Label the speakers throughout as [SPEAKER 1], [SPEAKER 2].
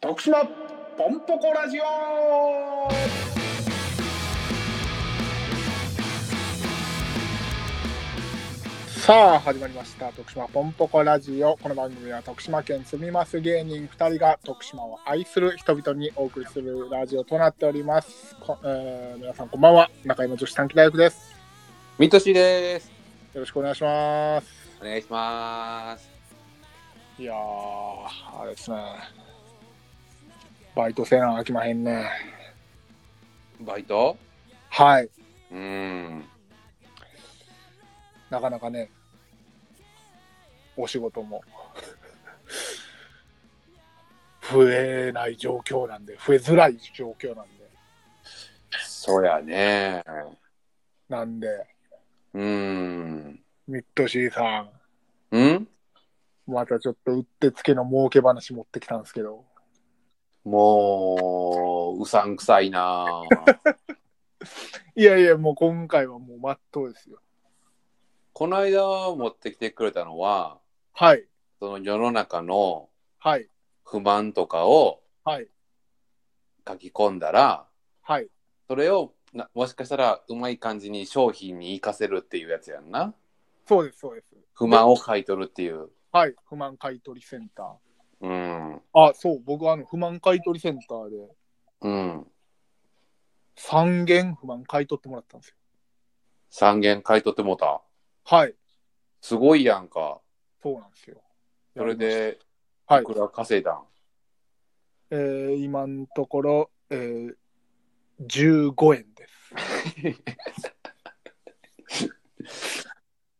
[SPEAKER 1] 徳島ポンポコラジオさあ始まりました徳島ポンポコラジオこの番組は徳島県住みます芸人2人が徳島を愛する人々にお送りするラジオとなっておりますこ、えー皆さんこんばんは中山女子短期大学です
[SPEAKER 2] みとしです。
[SPEAKER 1] よろしくお願いします
[SPEAKER 2] お願いします。
[SPEAKER 1] いやーあれですねバイトせなあきまへんね
[SPEAKER 2] バイト
[SPEAKER 1] はいう
[SPEAKER 2] ーん。
[SPEAKER 1] なかなかね、お仕事も 増えない状況なんで、増えづらい状況なんで、
[SPEAKER 2] そやね。
[SPEAKER 1] なんで、
[SPEAKER 2] うーん。
[SPEAKER 1] ミッドシーさ
[SPEAKER 2] ん
[SPEAKER 1] ん、またちょっとうってつけの儲け話持ってきたんですけど、
[SPEAKER 2] もう、うさんくさいな。
[SPEAKER 1] いやいや、もう今回はもうまっとうですよ。
[SPEAKER 2] この間持ってきてくれたのは、
[SPEAKER 1] はい、
[SPEAKER 2] その世の中の
[SPEAKER 1] はい、
[SPEAKER 2] 不満とかを
[SPEAKER 1] はい、
[SPEAKER 2] 書き込んだら、
[SPEAKER 1] はい。
[SPEAKER 2] それをなもしかしたらうまい感じに商品に活かせるっていうやつやんな。
[SPEAKER 1] そうです、そうです。
[SPEAKER 2] 不満を買い取るっていう。
[SPEAKER 1] はい、不満買取センター。
[SPEAKER 2] うん。
[SPEAKER 1] あ、そう、僕あの、不満買取センターで
[SPEAKER 2] うん。
[SPEAKER 1] 3件不満買い取ってもらったんですよ。
[SPEAKER 2] 三元買い取ってもうた。
[SPEAKER 1] はい、
[SPEAKER 2] すごいやんか。
[SPEAKER 1] そうなんですよ。
[SPEAKER 2] それで、
[SPEAKER 1] はい
[SPEAKER 2] いくら稼いだん
[SPEAKER 1] えー今のところ、えー、15円です。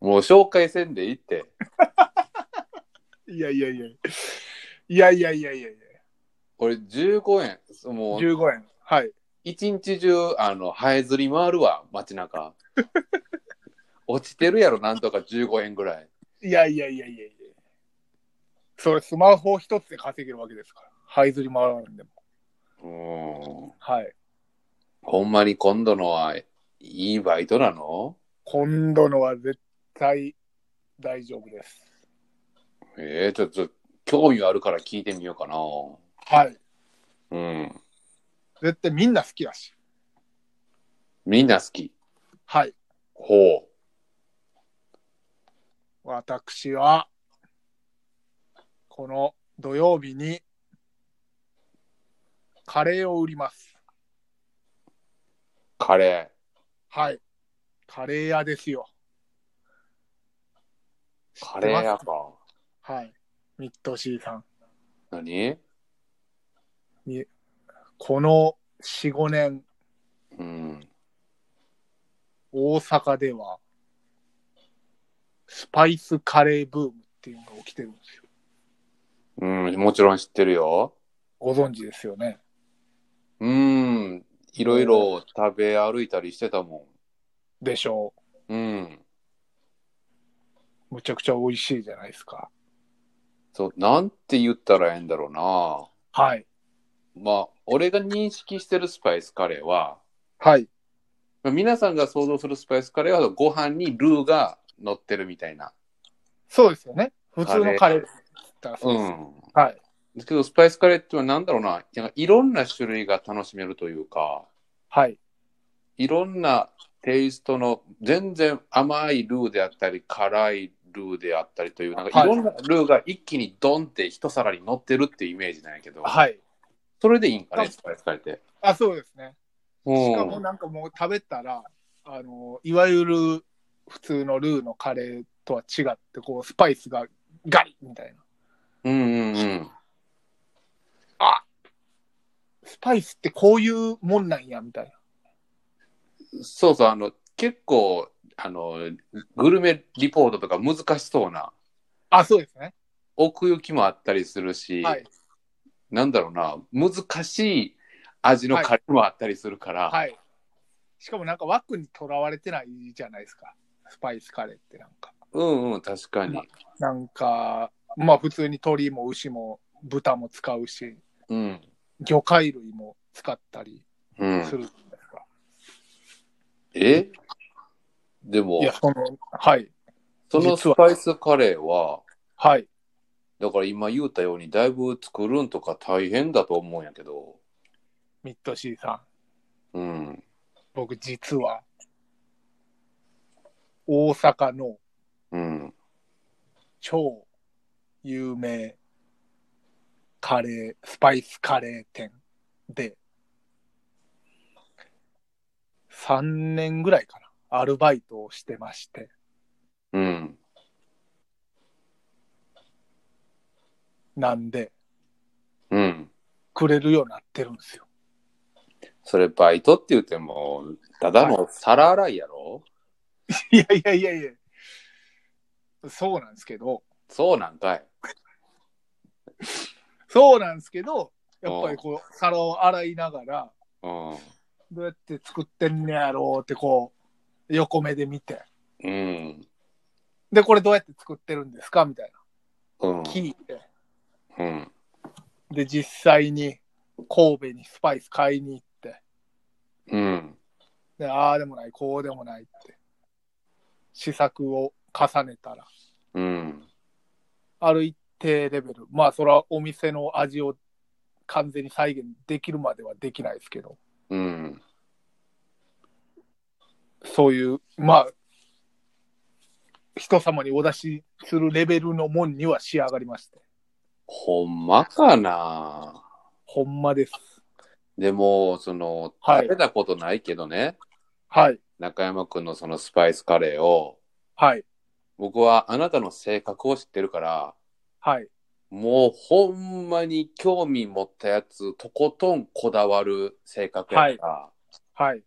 [SPEAKER 2] もう紹介せんでいい って。
[SPEAKER 1] いやいやいやいやいやいやいやい
[SPEAKER 2] 俺15円。も
[SPEAKER 1] や、
[SPEAKER 2] う
[SPEAKER 1] 15円。はい。
[SPEAKER 2] 一日中、あの、ハエずり回るわ、街 中。落ちてるやろ、なんとか15円ぐらい。
[SPEAKER 1] いやいやいやいやいやそれスマホ一つで稼げるわけですから。はいずり回らんでも。
[SPEAKER 2] うん。
[SPEAKER 1] はい。
[SPEAKER 2] ほんまに今度のはいいバイトなの
[SPEAKER 1] 今度のは絶対大丈夫です。
[SPEAKER 2] ええちょっと、興味あるから聞いてみようかな。
[SPEAKER 1] はい。
[SPEAKER 2] うん。
[SPEAKER 1] 絶対みんな好きだし。
[SPEAKER 2] みんな好き。
[SPEAKER 1] はい。
[SPEAKER 2] ほう。
[SPEAKER 1] 私は、この土曜日に、カレーを売ります。
[SPEAKER 2] カレ
[SPEAKER 1] はい。カレー屋ですよ。
[SPEAKER 2] ー。カレー
[SPEAKER 1] 知
[SPEAKER 2] や
[SPEAKER 1] ってま
[SPEAKER 2] か。
[SPEAKER 1] すはい。ミッドシーさん。
[SPEAKER 2] 何
[SPEAKER 1] この4、5年、
[SPEAKER 2] うん。
[SPEAKER 1] 大阪では、スパイスカレーブームっていうのが起きてるんですよ。
[SPEAKER 2] うん、もちろん知ってるよ。
[SPEAKER 1] ご存知ですよね。
[SPEAKER 2] うーん、いろいろ食べ歩いたりしてたも
[SPEAKER 1] でしょ
[SPEAKER 2] ん。うん。
[SPEAKER 1] う。むちゃくちゃ美味しいじゃないですか。
[SPEAKER 2] そう、なんて言ったらええんだろう
[SPEAKER 1] はい。
[SPEAKER 2] な。まあ、俺が認識してるスパイスカレーは、
[SPEAKER 1] はい。
[SPEAKER 2] まあ皆さんが想像するスパイスカレーはご飯にルーが乗ってるみたいな。
[SPEAKER 1] そうですよね。普通のカレーです。
[SPEAKER 2] う
[SPEAKER 1] うん。
[SPEAKER 2] ん。
[SPEAKER 1] はい。
[SPEAKER 2] ですけど、スパイスカレーってのはなんだろうな。なんかいろんな種類が楽しめるというか、
[SPEAKER 1] はい。
[SPEAKER 2] いろんなテイストの全然甘いルーであったり辛いルーであったりというなんか
[SPEAKER 1] はい
[SPEAKER 2] いろんなルーが一気にドンって一皿に乗ってるっていうイメージなんやけど、
[SPEAKER 1] はい。
[SPEAKER 2] それでいいんか
[SPEAKER 1] は
[SPEAKER 2] ね
[SPEAKER 1] い
[SPEAKER 2] スパイスカレーって。
[SPEAKER 1] あ、そうですね。しか
[SPEAKER 2] う
[SPEAKER 1] も
[SPEAKER 2] ん
[SPEAKER 1] なんかもう食べたら、あの、いわゆる普通のルーのカレーとは違って、こう、スパイスがガリッみたいな。
[SPEAKER 2] うんうん
[SPEAKER 1] スパイスってこういうもんなんや、みたいな。
[SPEAKER 2] うん。そうそうあの結構あのグルメリポートとか難しそうな
[SPEAKER 1] あ、そうですね。
[SPEAKER 2] 奥行きもあったりするし、
[SPEAKER 1] はい。
[SPEAKER 2] なんだろうな難しい味のカレーもあったりするから、
[SPEAKER 1] はい。しかもなんか枠にとらわれてないじゃないですか。スパイスカレーってなんか。
[SPEAKER 2] うんうん確かに。
[SPEAKER 1] なんか、まあ普通に鳥も牛も豚も使うし、
[SPEAKER 2] うん
[SPEAKER 1] 魚介類も使ったり
[SPEAKER 2] う
[SPEAKER 1] す
[SPEAKER 2] ん、
[SPEAKER 1] るじゃないですか。
[SPEAKER 2] えでも
[SPEAKER 1] いや、その、はい。
[SPEAKER 2] そのスパイスカレーは、
[SPEAKER 1] はい。
[SPEAKER 2] だから今言うたようにだいぶ作るんとか大変だと思うんやけど
[SPEAKER 1] ミッドシーさん
[SPEAKER 2] うん
[SPEAKER 1] 僕実は大阪の
[SPEAKER 2] うん
[SPEAKER 1] 超有名カレースパイスカレー店で3年ぐらいかなアルバイトをしてまして
[SPEAKER 2] うん
[SPEAKER 1] なんで
[SPEAKER 2] うん
[SPEAKER 1] くれるようになってるんですよ
[SPEAKER 2] それバイトって言ってもただの皿洗いやろ
[SPEAKER 1] いやいやいやいやそうなんですけど
[SPEAKER 2] そうなんかい
[SPEAKER 1] そうなんですけどやっぱりこう皿を洗いながら
[SPEAKER 2] うん
[SPEAKER 1] どうやって作ってんねやろうってこう横目で見て
[SPEAKER 2] うん
[SPEAKER 1] でこれどうやって作ってるんですかみたい
[SPEAKER 2] うん
[SPEAKER 1] な聞いて
[SPEAKER 2] うん
[SPEAKER 1] で実際に神戸にスパイス買いに行って
[SPEAKER 2] うん
[SPEAKER 1] でああでもないこうでもないって試作を重ねたら
[SPEAKER 2] うん
[SPEAKER 1] ある一定レベルまあそれはお店の味を完全に再現できるまではできないですけど
[SPEAKER 2] うん
[SPEAKER 1] そういうまあ人様にお出しするレベルのもんには仕上がりまして
[SPEAKER 2] ほんまかな
[SPEAKER 1] ほんまです
[SPEAKER 2] でもその
[SPEAKER 1] はい
[SPEAKER 2] 食べたことないけどね、
[SPEAKER 1] はい
[SPEAKER 2] 中山くんのそのスパイスカレーを
[SPEAKER 1] はい
[SPEAKER 2] 僕はあなたの性格を知ってるから
[SPEAKER 1] はい
[SPEAKER 2] もうほんまに興味持ったやつとことんこだわる性格やから、
[SPEAKER 1] はい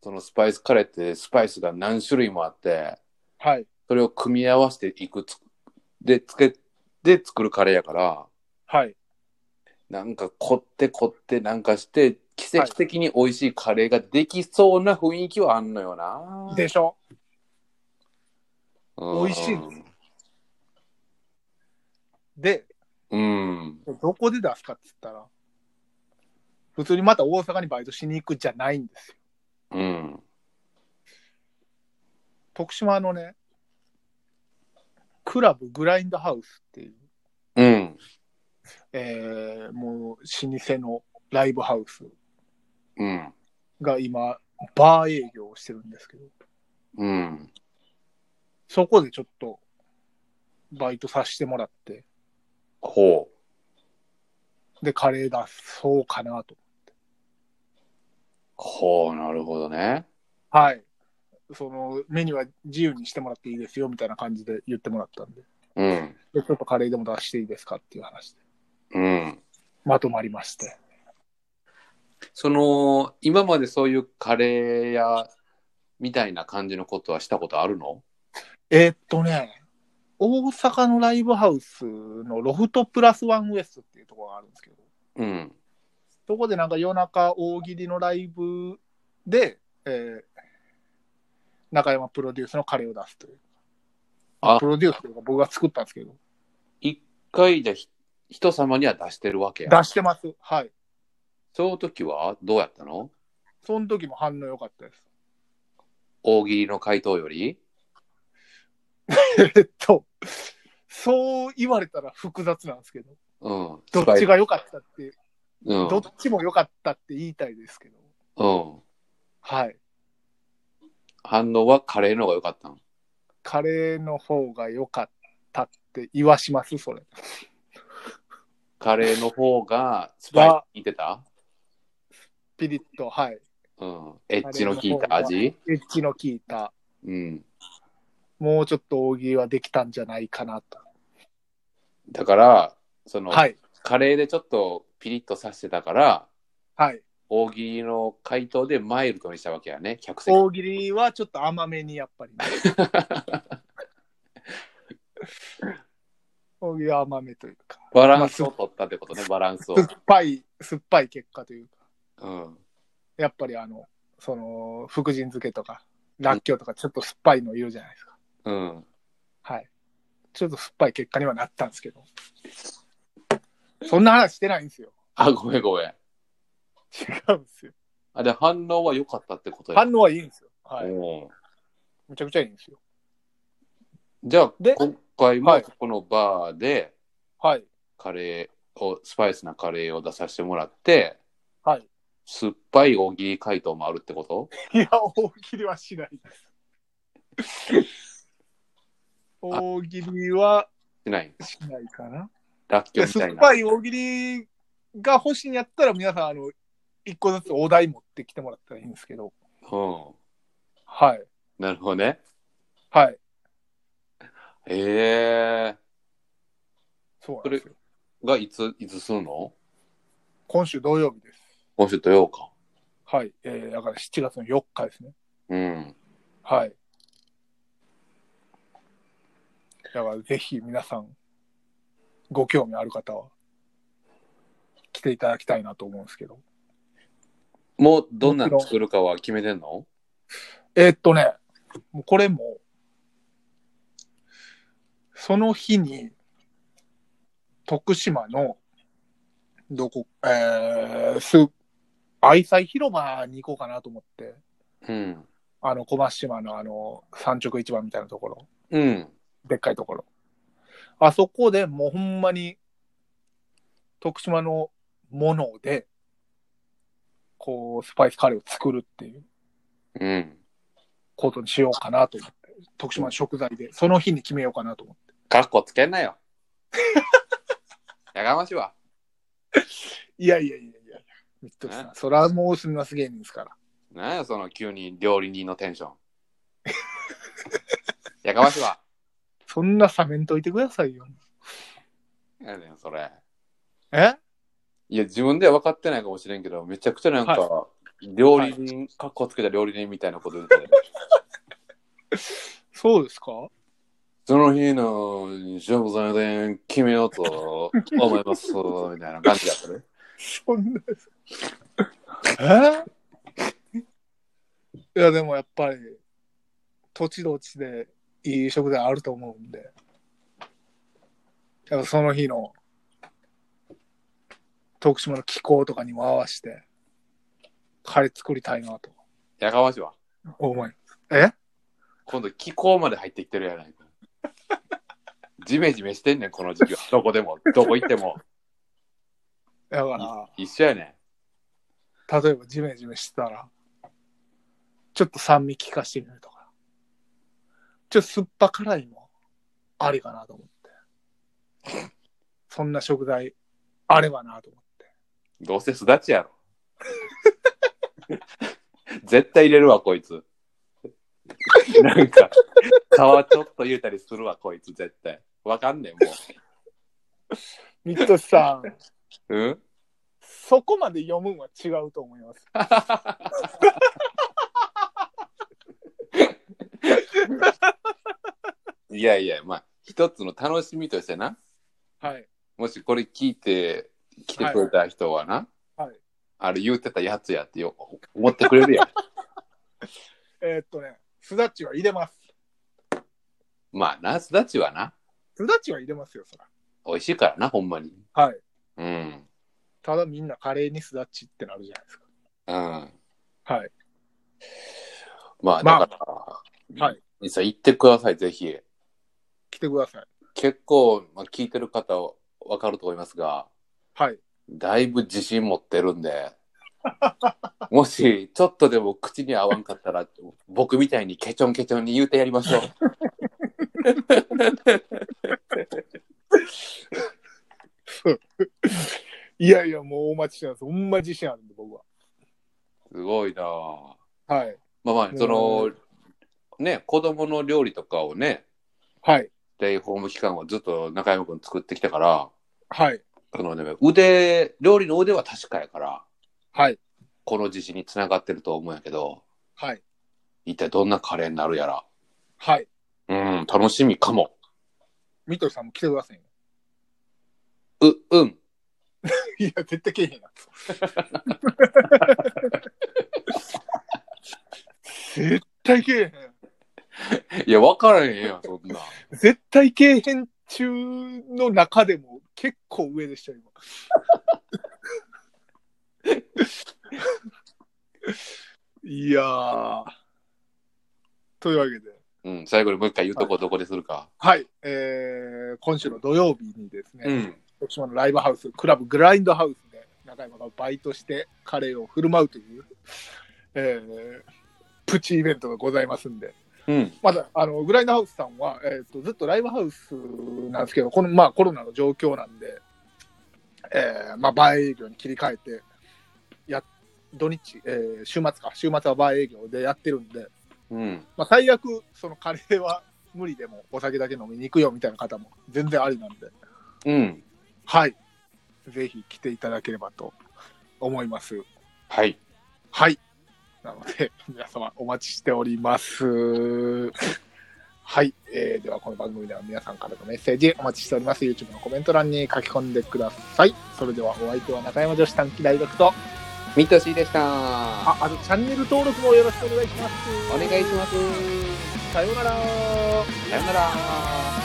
[SPEAKER 2] そのスパイスカレーってスパイスが何種類もあって
[SPEAKER 1] はい
[SPEAKER 2] それを組み合わせていくつでつけで作るカレーやから
[SPEAKER 1] はい
[SPEAKER 2] なんか凝って凝ってなんかして奇跡的に美味しいカレーができそうな雰囲気はあんのよな。
[SPEAKER 1] でしょ
[SPEAKER 2] うん
[SPEAKER 1] 美味しいんですで
[SPEAKER 2] うん。
[SPEAKER 1] どこで出すかっつったら普通にまた大阪にバイトしに行くじゃないんですよ
[SPEAKER 2] うん。
[SPEAKER 1] 徳島のねクラブグラインドハウスっていう、
[SPEAKER 2] うん。
[SPEAKER 1] えーもう老舗のライブハウス
[SPEAKER 2] うん。
[SPEAKER 1] が今バー営業をしてるんですけど
[SPEAKER 2] うん。
[SPEAKER 1] そこでちょっとバイトさせてもらって
[SPEAKER 2] ほ
[SPEAKER 1] でカレー出そうかなと
[SPEAKER 2] う。ほう、なるほどね。
[SPEAKER 1] はいそのメニューは自由にしてもらっていいですよみたいな感じで言ってもらったんで
[SPEAKER 2] うん。
[SPEAKER 1] でちょっとカレーでも出していいですかっていう話で
[SPEAKER 2] うん。
[SPEAKER 1] まとまりまして
[SPEAKER 2] その、今までそういうカレー屋みたいな感じのことはしたことあるの
[SPEAKER 1] えーっとね大阪のライブハウスのロフトプラスワンウエストっていうところがあるんですけど
[SPEAKER 2] うん。
[SPEAKER 1] そこでなんか夜中大喜利のライブで、えー中山プロデュースのカレーを出すという
[SPEAKER 2] あ
[SPEAKER 1] プロデュースというか僕が作ったんですけど
[SPEAKER 2] 一回じゃひ人様には出してるわけや。
[SPEAKER 1] 出してますはい
[SPEAKER 2] その時はどうやったの
[SPEAKER 1] その時も反応良かったです
[SPEAKER 2] 大喜利の回答より
[SPEAKER 1] えっとそう言われたら複雑なんですけど
[SPEAKER 2] うん。
[SPEAKER 1] どっちが良かったって
[SPEAKER 2] うん。
[SPEAKER 1] どっちも良かったって言いたいですけど
[SPEAKER 2] うん。
[SPEAKER 1] はい
[SPEAKER 2] 反応はカレーの方が良かったの。
[SPEAKER 1] カレーの方が良かったって言わしますそれ
[SPEAKER 2] カレーの方がスパイス効いてた
[SPEAKER 1] ピリッとはい
[SPEAKER 2] うん。エッジの効いた味
[SPEAKER 1] エッジの効いた
[SPEAKER 2] うん。
[SPEAKER 1] もうちょっと大喜利はできたんじゃないかなと
[SPEAKER 2] だから、その、
[SPEAKER 1] はい
[SPEAKER 2] カレーでちょっとピリッとさせてたから、
[SPEAKER 1] はい
[SPEAKER 2] 大喜利の回答でマイルドにしたわけやね、客席。
[SPEAKER 1] 大喜利はちょっと甘めにやっぱり、ね、 大喜利は甘めというか
[SPEAKER 2] バランスを取ったってことね、バランスを
[SPEAKER 1] 酸。っぱい酸っぱい結果というか
[SPEAKER 2] うん。
[SPEAKER 1] やっぱりあのその福神漬けとからっきょうとかちょっと酸っぱいのいるじゃないですか、
[SPEAKER 2] うん。
[SPEAKER 1] はいちょっと酸っぱい結果にはなったんですけどそんな話してないんですよ
[SPEAKER 2] あ、ごめんごめん。
[SPEAKER 1] 違うんですよ
[SPEAKER 2] あ、で、反応は良かったってことや。
[SPEAKER 1] 反応はいいんですよはい
[SPEAKER 2] うん
[SPEAKER 1] めちゃくちゃいいんですよ
[SPEAKER 2] じゃあ、
[SPEAKER 1] で
[SPEAKER 2] 今回
[SPEAKER 1] は
[SPEAKER 2] も
[SPEAKER 1] い
[SPEAKER 2] ここのバーで、
[SPEAKER 1] はい。
[SPEAKER 2] カレーを、スパイスなカレーを出させてもらって、
[SPEAKER 1] はい。
[SPEAKER 2] 酸っぱい大喜利回答もあるってこと
[SPEAKER 1] いや、大喜利はしないです。大喜利は
[SPEAKER 2] しない。
[SPEAKER 1] しないかな。
[SPEAKER 2] ラッキョみた
[SPEAKER 1] 酸
[SPEAKER 2] い
[SPEAKER 1] っ
[SPEAKER 2] な。
[SPEAKER 1] ぱい大喜利が欲しいんやったら、皆さん、あの、一個ずつお題持ってきてもらったらいいんですけど。
[SPEAKER 2] うん。
[SPEAKER 1] はい。
[SPEAKER 2] なるほどね。
[SPEAKER 1] はい。
[SPEAKER 2] ええ
[SPEAKER 1] そうなんですよ。
[SPEAKER 2] がいつ、いつするの
[SPEAKER 1] 今週土曜日です。
[SPEAKER 2] 今週土曜か。
[SPEAKER 1] はい。えー、だから7月の4日ですね。
[SPEAKER 2] うん。
[SPEAKER 1] はい。だからぜひ皆さん、ご興味ある方は、来ていただきたいなと思うんですけど。
[SPEAKER 2] もうどんなの作るかは決めてんの
[SPEAKER 1] えーっとね、もうこれも、その日に、徳島の、どこ、えー、す、愛妻広場に行こうかなと思って、
[SPEAKER 2] うん。
[SPEAKER 1] あの、小松島のあの、産直市場みたいなところ。
[SPEAKER 2] うん。
[SPEAKER 1] でっかいところ。あそこでもうほんまに、徳島のもので、こう、スパイスカレーを作るっていう
[SPEAKER 2] うん。
[SPEAKER 1] ことにしようかなと思って、徳島の食材で、その日に決めようかなと思って。
[SPEAKER 2] かっこつけんな よ。やがましいわ。
[SPEAKER 1] いやいやいやいやいや、ミッドさん、そらもうすみます芸人ですから。
[SPEAKER 2] なんやその急に料理人のテンシ ョン。やかましいわ。
[SPEAKER 1] そんな冷めんといてくださいよ。
[SPEAKER 2] なんやねんそれ。
[SPEAKER 1] え
[SPEAKER 2] いや自分では分かってないかもしれんけどめちゃくちゃなんか、料理人、かっこつけた料理人みたいなこと言ってたよ
[SPEAKER 1] そうですか
[SPEAKER 2] その日の食材で決めようと思いますみたいな感じだったね。
[SPEAKER 1] そんな。え いや、でもやっぱり、土地土地でいい食材あると思うんで、やっぱその日の、徳島の気候とかにも合わせて、カレー作りたいなと
[SPEAKER 2] やかましいわ。
[SPEAKER 1] 思いえ
[SPEAKER 2] 今度気候まで入ってきてるやないか。ジメジメしてんねんこの時期は。どこでもどこ行っても
[SPEAKER 1] だか
[SPEAKER 2] 一緒やねん。
[SPEAKER 1] ら、例えばジメジメしてたら、ちょっと酸味効かしてみるとか、ちょっと酸っぱ辛いもありかなと思って。そんな食材あればなと思って。
[SPEAKER 2] どうせすだちやろ。絶対入れるわ、こいつ。なんか、皮ちょっと言うたりするわ、こいつ、絶対。わかんねん、も
[SPEAKER 1] ミッドシ さん、
[SPEAKER 2] う。うん
[SPEAKER 1] そこまで読むんは違うと思います。
[SPEAKER 2] いやいや、まあ、一つの楽しみとしてな。
[SPEAKER 1] はい。
[SPEAKER 2] もしこれ聞いて、来てくれた人はな、
[SPEAKER 1] はいはい
[SPEAKER 2] あれ言うてたやつやってよ思ってくれるやん。
[SPEAKER 1] えーっとね、すだちは入れます。
[SPEAKER 2] まあな、すだちはな、
[SPEAKER 1] すだちは入れますよ、そら。
[SPEAKER 2] 美味しいからな、ほんまに。
[SPEAKER 1] はい。
[SPEAKER 2] うん。
[SPEAKER 1] ただみんなカレーにすだちってなるじゃないです
[SPEAKER 2] うん。
[SPEAKER 1] か。はい。
[SPEAKER 2] まあ、
[SPEAKER 1] まあ
[SPEAKER 2] だから、。
[SPEAKER 1] はい
[SPEAKER 2] さん、行ってください、ぜひ。
[SPEAKER 1] 来てください。
[SPEAKER 2] 結構、まあ、聞いてる方、わかると思いますが、
[SPEAKER 1] はい。
[SPEAKER 2] だいぶ自信持ってるん で、もし、ちょっとでも口に合わんかったら、僕みたいにケチョンケチョンに言うてやりまし ょう。
[SPEAKER 1] いやいや、もうお待ちしてます。ほんま自信あるんで、僕は。
[SPEAKER 2] すごいなあ
[SPEAKER 1] はい。
[SPEAKER 2] まあまあ
[SPEAKER 1] う、ん
[SPEAKER 2] その、ね、子供の料理とかをね、
[SPEAKER 1] はい。
[SPEAKER 2] ステイホーム期間はずっと中山くん作ってきたから、
[SPEAKER 1] はい。
[SPEAKER 2] そのね、腕、料理の腕は確かやから、
[SPEAKER 1] はい。
[SPEAKER 2] この自信につながってると思うんやけど、
[SPEAKER 1] はい。
[SPEAKER 2] 一体どんなカレーになるやら。
[SPEAKER 1] はい。
[SPEAKER 2] うん、楽しみかも。
[SPEAKER 1] ミトルさんも来てくださいよ。
[SPEAKER 2] う、うん。
[SPEAKER 1] いや、絶対来えへんやつ。絶対来えへん。
[SPEAKER 2] いや、わからへんやん、そん な。
[SPEAKER 1] 絶対来えへん中の中でも結構上でしたよ、今。いやー。というわけで、
[SPEAKER 2] うん、最後にもう一回言うとこどこでするか。
[SPEAKER 1] はい、えー、今週の土曜日にですね、
[SPEAKER 2] うん。
[SPEAKER 1] 徳島のライブハウス、クラブグラインドハウスで中山がバイトしてカレーを振る舞うという、えープチイベントがございますんで、
[SPEAKER 2] うん。
[SPEAKER 1] まだあのグラインドハウスさんは、えー、とずっとライブハウスなんですけど、このまあ、コロナの状況なんで、えーまあ、バー営業に切り替えて、や土日、えー週末か、週末はバー営業でやってるんで、
[SPEAKER 2] うん。
[SPEAKER 1] まあ、最悪、そのカレーは無理でもお酒だけ飲みに行くよみたいな方も全然ありなんで。
[SPEAKER 2] うん。
[SPEAKER 1] はい。ぜひ来ていただければと思います。
[SPEAKER 2] はい。
[SPEAKER 1] はい。なので、皆様お待ちしております。はい、えーではこの番組では皆さんからのメッセージお待ちしております。YouTube のコメント欄に書き込んでください。それではお相手は中山女子短期大学と、
[SPEAKER 2] ミトシーでした。
[SPEAKER 1] あ、あとチャンネル登録もよろしくお願いします。
[SPEAKER 2] お願いします。
[SPEAKER 1] す。さようなら。
[SPEAKER 2] さよなら。